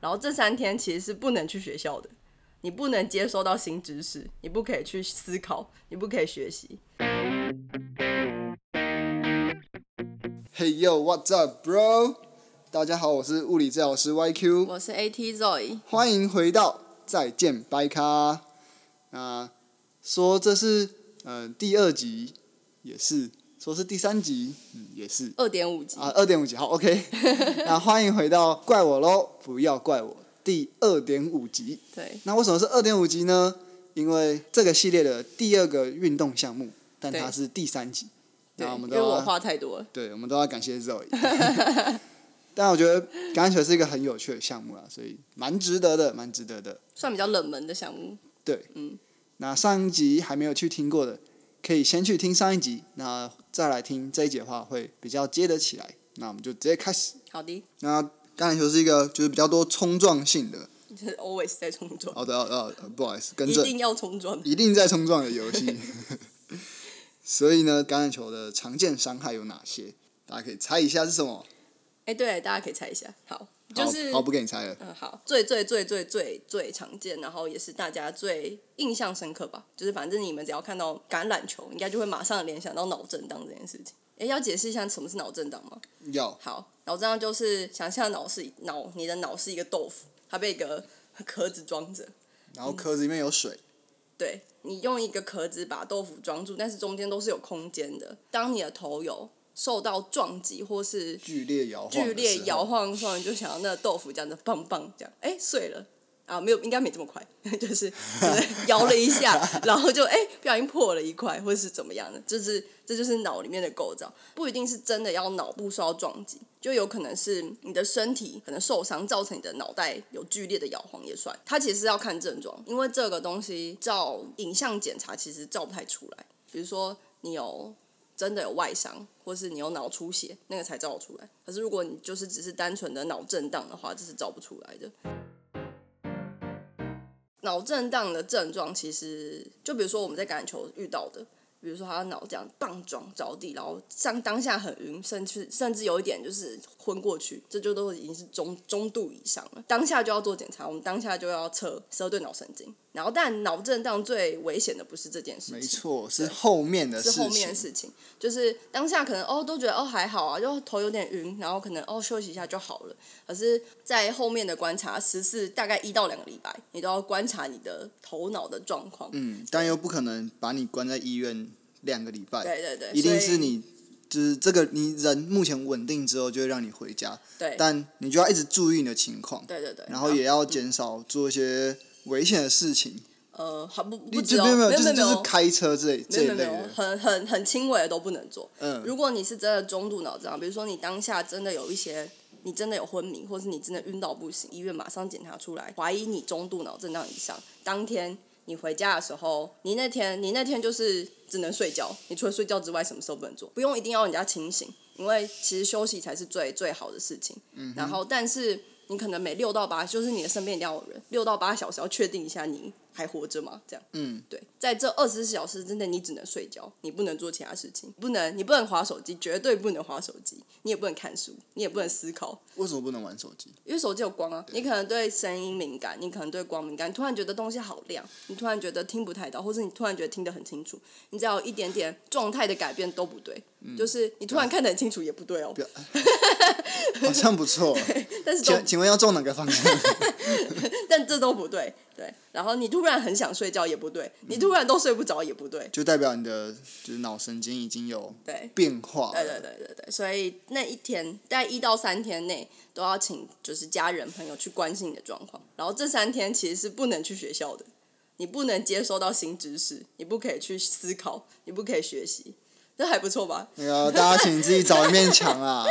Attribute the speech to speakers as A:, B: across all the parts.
A: 然后这三天其实是不能去学校的，你不能接收到新知识，你不可以去思考，你不可以学习。
B: Hey yo, what's up, bro？大家好，我是物理治疗师 YQ，
A: 我是 AT Zoe，
B: 欢迎回到再见掰咖。那说这是呃第二集，也是说是第三集，嗯，也是
A: 二点五级，
B: 啊，二点五集好，OK。那 欢迎回到怪我喽，不要怪我第二点五集。
A: 对，
B: 那为什么是二点五集呢？因为这个系列的第二个运动项目，但它
A: 对
B: 是第三集。
A: 对，
B: 那我们
A: 因
B: 都
A: 为
B: 要
A: 我话太多了，
B: 对，我们都要感谢 Zoe。但我觉得橄榄球是一个很有趣的项目啦，啊所以蛮值得的，蛮值得的。
A: 算比较冷门的项目。
B: 对，
A: 嗯，
B: 那上一集还没有去听过的，可以先去听上一集，那再来听这一集的话，会比较接得起来。那我们就直接开始。
A: 好的，
B: 那橄榄球是一个就是比较多冲撞性的，
A: 就是 always 在冲撞，
B: 哦对哦哦，呃不好意思，更
A: 一
B: 正，
A: 定要冲撞。
B: 一定在冲撞的游戏。 所以呢，橄榄球的常见伤害有哪些？大家可以猜一下是什么？
A: 哎，对，大家可以猜一下。好，就是
B: 好好不给你猜了。
A: 嗯，好，最最最最最最常见，然后也是大家最印象深刻吧。就是反正你们只要看到橄榄球，应该就会马上联想到脑震荡这件事情。诶，要解释一下什么是脑震荡吗？
B: 要
A: 好，脑震荡就是想象脑是脑，你的脑是一个豆腐，它被一个 壳子装着。
B: 然
A: 嗯
B: 后壳子里面有水，
A: 对你用一个壳子把豆腐装住，但是中间都是有空间的。当你的头有受到撞击或是
B: 剧烈摇晃，
A: 剧烈摇，晃的时候，你就想要那个豆腐这样子棒棒这样，哎、碎了啊，没有，应该没这么快， 就是就是摇了一 下，然后就哎、不小心破了一块，或是怎么样的，就是这就是脑里面的构造，不一定是真的要脑部受到撞击，就有可能是你的身体可能受伤，造成你的脑袋有剧烈的摇晃也算，它其实是要看症状，因为这个东西照影像检查其实照不太出来，比如说你有真的有外伤，或是你有脑出血，那个才照得出来。可是如果你就是只是单纯的脑震荡的话，这是照不出来的。脑震荡的症状其实，就比如说我们在橄榄球遇到的，比如说他脑这样棒撞着地，然后上当下很晕，甚至甚至有一点就是昏过去，这就都已经是中中度以上了。当下就要做检查，我们当下就要测十二对脑神经。然后，但脑震荡最危险的不是这件事情，
B: 没错，是后面的
A: 是
B: 事情，
A: 后面的事情，就是当下可能哦都觉得哦还好啊，就头有点晕，然后可能哦休息一下就好了。可是，在后面的观察十四大概一到两个礼拜，你都要观察你的头脑的状况。
B: 嗯，但又不可能把你关在医院两个礼拜，
A: 对对对，
B: 一定是
A: 所以
B: 你就是这个你人目前稳定之后，就会让你回家，
A: 对
B: 但你就要一直注意你的情况，
A: 对对对，
B: 然后也要减少做一些危险的事情，
A: 呃，好不不
B: 你
A: 只
B: 就
A: 有
B: 没
A: 有
B: 有就是
A: 没有
B: 就是开车这一这
A: 没
B: 一
A: 有没
B: 类
A: 有没有
B: 的，
A: 很很很轻微的都不能做。
B: 嗯，
A: 如果你是真的中度脑震荡，比如说你当下真的有一些，你真的有昏迷，或是你真的晕到不行，医院马上检查出来，怀疑你中度脑震荡以上，当天你回家的时候，你那天你那天就是只能睡觉，你除了睡觉之外什么事都不能做，不用一定要人家清醒，因为其实休息才是最最好的事情。嗯、然后，但是你可能每六到八，就是你的身边一定要有人，六到八小时要确定一下你还活着吗？这样。对，在这二十四小时之内，你只能睡觉，你不能做其他事情，不能，你不能划手机，绝对不能划手机，你也不能看书，你也不能思考，
B: 为什么不能玩手 机？
A: 因为手机有光啊，你可能对声音敏感，你可能对光敏感，你突然觉得东西好亮，你突然觉得听不太到，或者你突然觉得听得很清楚，你只要有一点点状态的改变都不对，就是你突然看得很清楚也不对哦
B: 嗯不，要，好像不 错，
A: 但 是都
B: 请请问要中哪个方向？
A: 但这都不对，对，然后你突然很想睡觉也不对，你突然都睡不着也不对，
B: 就代表你的就是脑神经已经有
A: 对。
B: 变化了。
A: 对对对对对，所以那一天在一到三天内都要请就是家人朋友去关心你的状况，然后这三天其实是不能去学校的，你不能接收到新知识，你不可以去思考，你不可以学习，这还不错吧？
B: 那个大家请自己找一面墙啊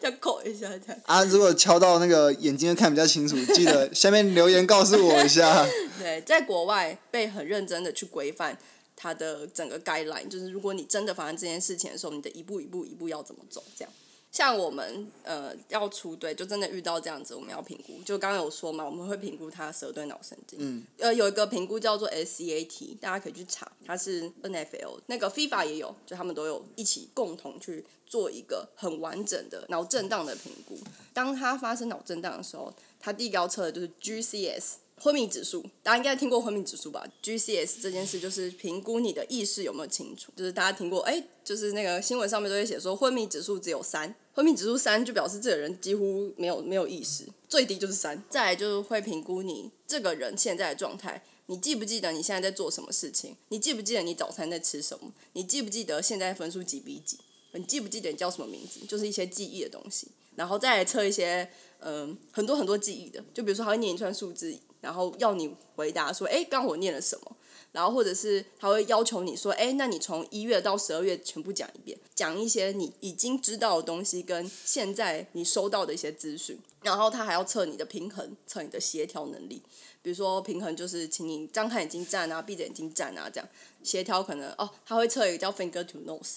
A: 这样扣一下这样，
B: 啊！如果敲到那个眼睛会看比较清楚，记得下面留言告诉我一下。
A: 对，在国外被很认真的去规范。它的整个 guideline 就是，如果你真的发生这件事情的时候，你的一步一步一步要怎么走，这样。像我们呃要出队，就真的遇到这样子，我们要评估。就刚刚有说嘛，我们会评估他舌对脑神经。
B: 嗯。
A: 呃，有一个评估叫做 SCAT，大家可以去查，它是 NFL 那个 FIFA 也有，就他们都有一起共同去做一个很完整的脑震荡的评估。当他发生脑震荡的时候，他第一个要测的就是 GCS 昏迷指数。大家应该听过昏迷指数吧？GCS 这件事就是评估你的意识有没有清楚，就是大家听过，哎、就是那个新闻上面都会写说昏迷指数只有三，昏迷指数三就表示这个人几乎没有没有意识，最低就是三。再来就是会评估你这个人现在的状态。你记不记得你现在在做什么事情？你记不记得你早餐在吃什么？你记不记得现在分数几比几？你记不记得你叫什么名字？就是一些记忆的东西，然后再来测一些嗯、很多很多记忆的，就比如说他会念一串数字，然后要你回答说，哎，刚我念了什么？然后或者是他会要求你说，哎，那你从一月到十二月全部讲一遍，讲一些你已经知道的东西跟现在你收到的一些资讯，然后他还要测你的平衡，测你的协调能力。比如说平衡就是请你张开眼睛站啊，闭着眼睛站啊，这样协调可能哦，他会测一个叫 finger to nose，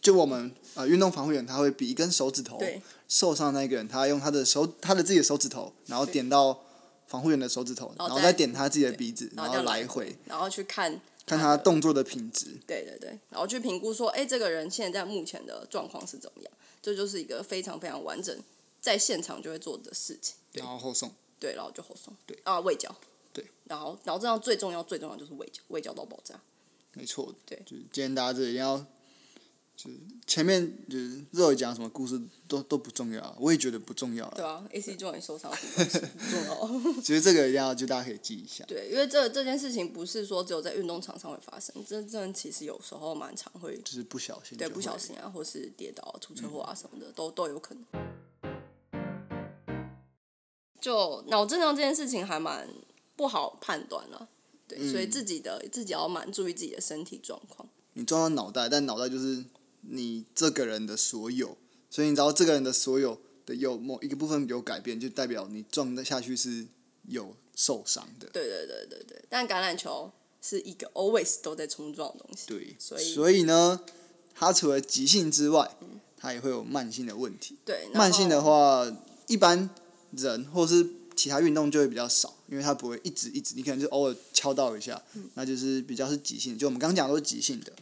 B: 就我们呃运动防护员，他会比一根手指头
A: 对
B: 受伤的那个人，他用他的手他的自己的手指头，然后
A: 对
B: 点到防护员的手指头，
A: 然后再
B: 然后再点他自己的鼻子，
A: 然
B: 然
A: 后这
B: 后
A: 样
B: 来
A: 回
B: 回，
A: 然后去看
B: 看他
A: 的
B: 动作的品质。
A: 对对对，然后去评估说，哎，这个人现在目前的状况是怎么样？这就是一个非常非常完整，在现场就会做的事情。
B: 然后后送，
A: 对，然后就后送。
B: 对
A: 啊，喂教。
B: 对，
A: 然后然后这样最重要最重要就是喂教，喂教到爆炸。
B: 没错。
A: 对
B: 就是今天大家这里要，就是前面就是肉讲什么故事都都不重要，啊我也觉得不重要
A: 对
B: 了。
A: 啊，AC 重点受伤什么东西不重要。
B: 其实这个一定要就大家可以记一下。
A: 对，因为这这件事情不是说只有在运动场上会发生，这这其实有时候蛮常会
B: 就是嗯不小心，
A: 对不小，心啊，或是跌倒、出车祸啊什么的，都都有可能。就脑震荡这件事情还蛮不好判断了，对，
B: 嗯
A: 所以自己的自己要蛮注意自己的身体状况。
B: 你撞到脑袋，但脑袋就是你这个人的所有，所以你知道这个人的所有的有某一个部分有改变，就代表你撞的下去是有受伤的。
A: 对对对对对，但橄榄球是一个 always 都在冲撞的东西。
B: 对，
A: 所以嗯
B: 呢，它除了急性之外，它也会有慢性的问题。
A: 对，然后
B: 慢性的话，一般人或是其他运动就会比较少，因为它不会一直一直，你可能就偶尔敲到一下，
A: 嗯
B: 那就是比较是急性。就我们刚刚讲都是急性的。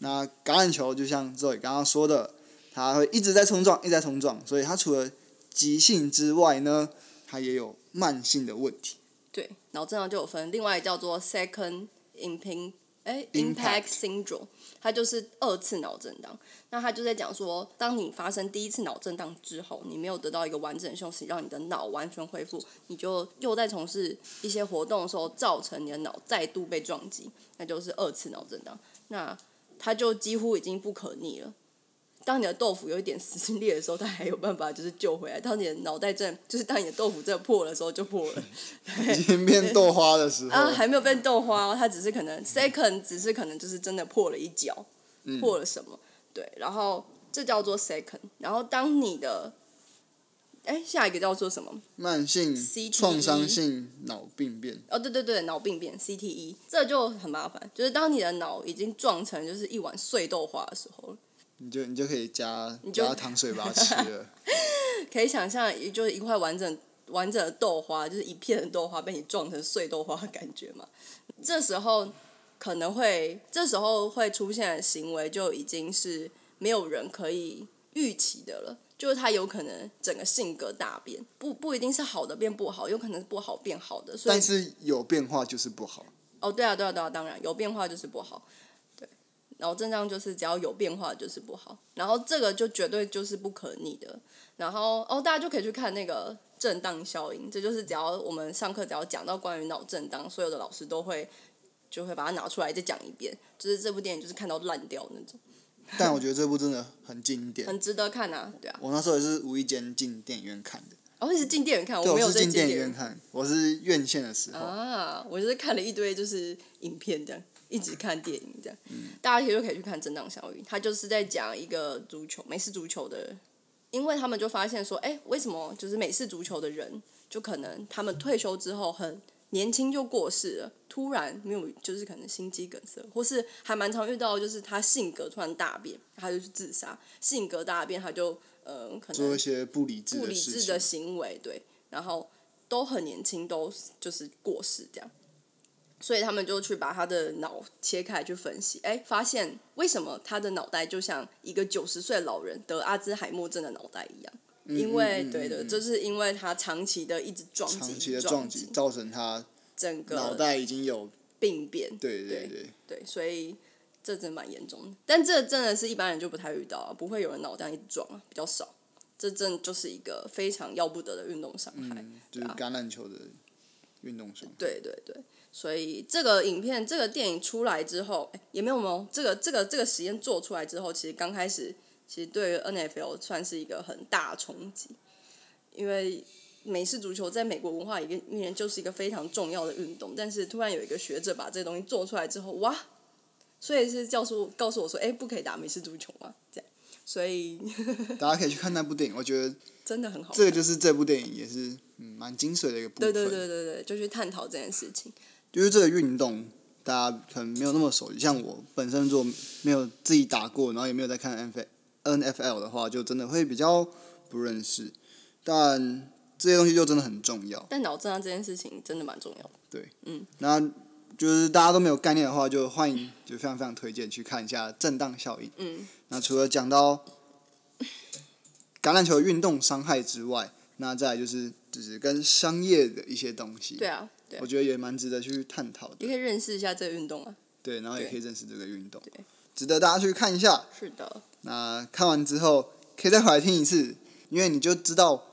B: 那橄榄球就像 Zoe 刚刚说的，它会一直在冲撞，一直在冲撞，所以它除了急性之外呢，它也有慢性的问 题。
A: 对脑震荡就有分，另外叫做 second impact 哎
B: Impact
A: impact syndrome，它就是二次脑震荡。那它就在讲说，当你发生第一次脑震荡之后，你没有得到一个完整的休息，让你的脑完全恢复，你就又在从事一些活动的时候，造成你的脑再度被撞击，那就是二次脑震荡。那它就几乎已经不可逆了。当你的豆腐有一点撕裂的时候，它还有办法就是救回来；当你的脑袋震，就是当你的豆腐真的破的时候就破了。
B: 已经变豆花的时候，
A: 啊，还没有被豆花、哦，他只是可能 second 只是可能就是真的破了一脚，破了什么，对，然后这叫做 second，然后当你的，哎，下一个叫做什么？
B: 慢性
A: CTE
B: 创伤性脑病变。
A: 哦，对对对，脑病变 CTE，这就很麻烦，就是当你的脑已经撞成就是一碗碎豆花的时候了，
B: 你就你就可以加
A: 就
B: 加糖水把它吃 了，
A: 可以想象，也就是一块完整完整的豆花，就是一片的豆花被你撞成碎豆花的感觉嘛。这时候可能会，这时候会出现的行为就已经是没有人可以预期的了。就是他有可能整个性格大变，不不一定是好的变不好，有可能是不好变好的。所以
B: 但是有变化就是不好。
A: 哦，对啊，对啊，对啊，当然有变化就是不好，对。然后症状就是只要有变化就是不好，然后这个就绝对就是不可逆的。然后哦，大家就可以去看那个震荡效应，这就是只要我们上课只要讲到关于脑震荡，所有的老师都会就会把它拿出来再讲一遍，就是这部电影就是看到烂掉那种，
B: 但我觉得这部真的很经典，
A: 很值得看啊，对啊。
B: 我那时候也是无意间进电影院看的。
A: 然后是进电影看，
B: 对，
A: 哦没
B: 我
A: 有
B: 是
A: 在
B: 进电影
A: 影
B: 院看，我是院线的时候。
A: 啊，我就是看了一堆就是影片这样，一直看电影这样，
B: 嗯
A: 大家也就可以去看《震荡效应》，他就是在讲一个足球美式足球的，因为他们就发现说，哎、为什么就是美式足球的人，就可能他们退休之后很年轻就过世了，突然没有就是可能心肌梗塞，或是还蛮常遇到就是他性格突然大变，他就去自杀，性格大变他就呃可能
B: 做一些不理智
A: 不
B: 的
A: 理
B: 事
A: 智
B: 情
A: 的，行为，对，然后都很年轻，都就是过世这样，所以他们就去把他的脑切开去分析，哎，发现为什么他的脑袋就像一个九十岁老人得阿兹海默症的脑袋一样，因为
B: 嗯嗯
A: 对对，就是因为他长期的一直撞击，
B: 长期的
A: 撞
B: 撞击，造成他
A: 整
B: 脑
A: 个
B: 袋已经有
A: 病变，
B: 对
A: 对
B: 对对，
A: 对，所以这真的蛮严重的。但这真的是一般人就不太遇到、啊，不会有人脑这样一直撞啊，比较少。这真就是一个非常要不得的运动伤害。
B: 嗯，就是
A: 啊
B: 橄榄球的运动伤。
A: 对对对，所以这个影片、这个电影出来之后，诶也没有没有这个这个这个实验做出来之后，其实刚开始其实对 NFL 算是一个很大的冲击，因为美式足球在美国文化里面就是一个非常重要的运动，但是突然有一个学者把这东西做出来之后，哇！所以是教授告诉我说，哎、不可以打美式足球嘛，这样，所以
B: 大家可以去看那部电影，我觉得
A: 真的很好看。
B: 这个就是这部电影也是嗯蛮精髓的一个部
A: 对
B: 分。
A: 对对对对，就去探讨这件事情。
B: 就是这个运动，大家可能没有那么熟悉。像我本身做没有自己打过，然后也没有在看 N F N F L 的话，就真的会比较不认识。但这些东西就真的很重要。
A: 但脑震荡这件事情真的蛮重要的。
B: 那就是大家都没有概念的话，就欢迎就非常非常推荐去看一下《震荡效应》。
A: 嗯，
B: 那除了讲到橄榄球运动伤害之外，那再来就是就是跟商业的一些东西。
A: 对啊，对啊
B: 我觉得也蛮值得去探讨的
A: 也。可以认识一下这个运动啊。
B: 对，然后也
A: 对
B: 可以认识这个运动
A: 对，
B: 值得大家去看一下。
A: 是的，
B: 那看完之后可以再回来听一次，因为你就知道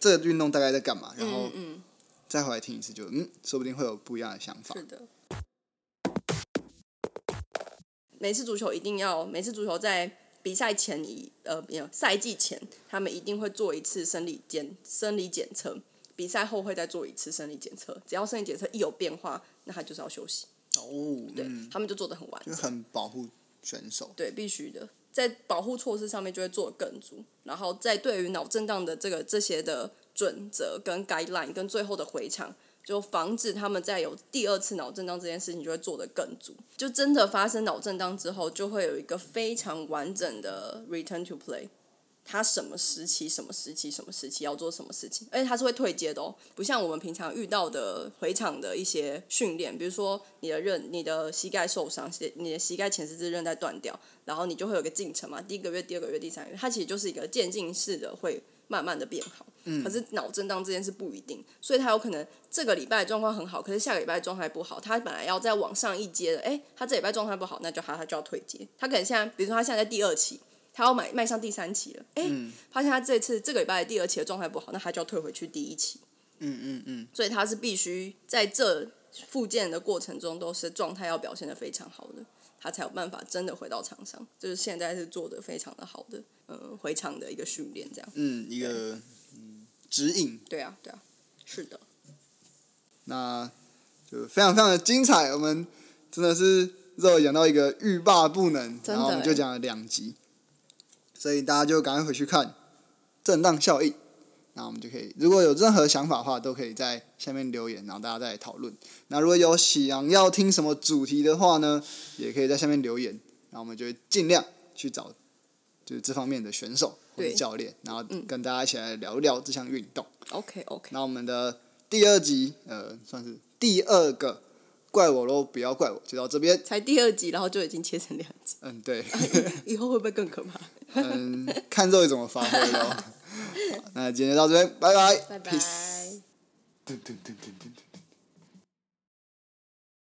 B: 这个运动大概在干嘛，然后
A: 嗯嗯，
B: 再回来听一次就，嗯，说不定会有不一样的想法
A: 是。的。每次足球一定要，每次足球在比赛前一呃，没有赛季前，他们一定会做一次生理检生理检测，比赛后会再做一次生理检测。只要生理检测一有变化，那他就是要休息。
B: 哦，
A: 对、
B: 嗯，
A: 他们就做的很完
B: 就
A: 整，
B: 很保护选手。
A: 对，必须的，在保护措施上面就会做得更足，然后在对于脑震荡的这个这些的准则跟 guideline 跟最后的回场，就防止他们再有第二次脑震荡这件事情就会做得更足。就真的发生脑震荡之后，就会有一个非常完整的 return to play。他什么时期、什么时期、什么时期要做什么事情，而且他是会退阶的哦，不像我们平常遇到的回场的一些训练，比如说你的韧、你的膝盖受伤，你的膝盖前十字韧带断掉，然后你就会有个进程嘛，第一个月、第二个月、第三个月，它其实就是一个渐进式的，会慢慢的变好。可是脑震荡这件事不一定，所以他有可能这个礼拜状况很好，可是下个礼拜状态不好，他本来要再往上一阶的，诶，他这礼拜状态不好，那就他他就要退阶，他可能现在，比如说他现在在第二期，他要买迈向第三期了，诶，发现他这次这个礼拜的第二期的状态不好，那他就要退回去第一期，
B: 嗯嗯嗯，
A: 所以他是必须在这复健的过程中，都是状态要表现的非常好的，他才有办法真的回到场上。就是现在是做的非常的好的，嗯，回场的一个训练这样。
B: 嗯，一个嗯指引，
A: 对啊，对啊，是的，
B: 那就非常非常的精彩。我们真的是肉讲到一个欲罢不能，
A: 真的
B: 然后我们就
A: 欸
B: 讲了两集，所以大家就赶快回去看《震荡效应》。那我们就可以，如果有任何想法的话，都可以在下面留言，然后大家再来讨论。那如果有想要听什么主题的话呢，也可以在下面留言，然后我们就会尽量去找就是这方面的选手或者
A: 对
B: 教练，然后跟大家一起来聊一聊这项运动。
A: ，OK OK，
B: 那我们的第二集，呃，算是第二个怪我喽，不要怪我，就到这边。
A: 才第二集，然后就已经切成两集，
B: 嗯，对，
A: 以后会不会更可怕？
B: 嗯，看肉怎么发挥喽。好那今天就到这边，拜拜，
A: 拜拜。
B: Peace。噔噔噔噔噔噔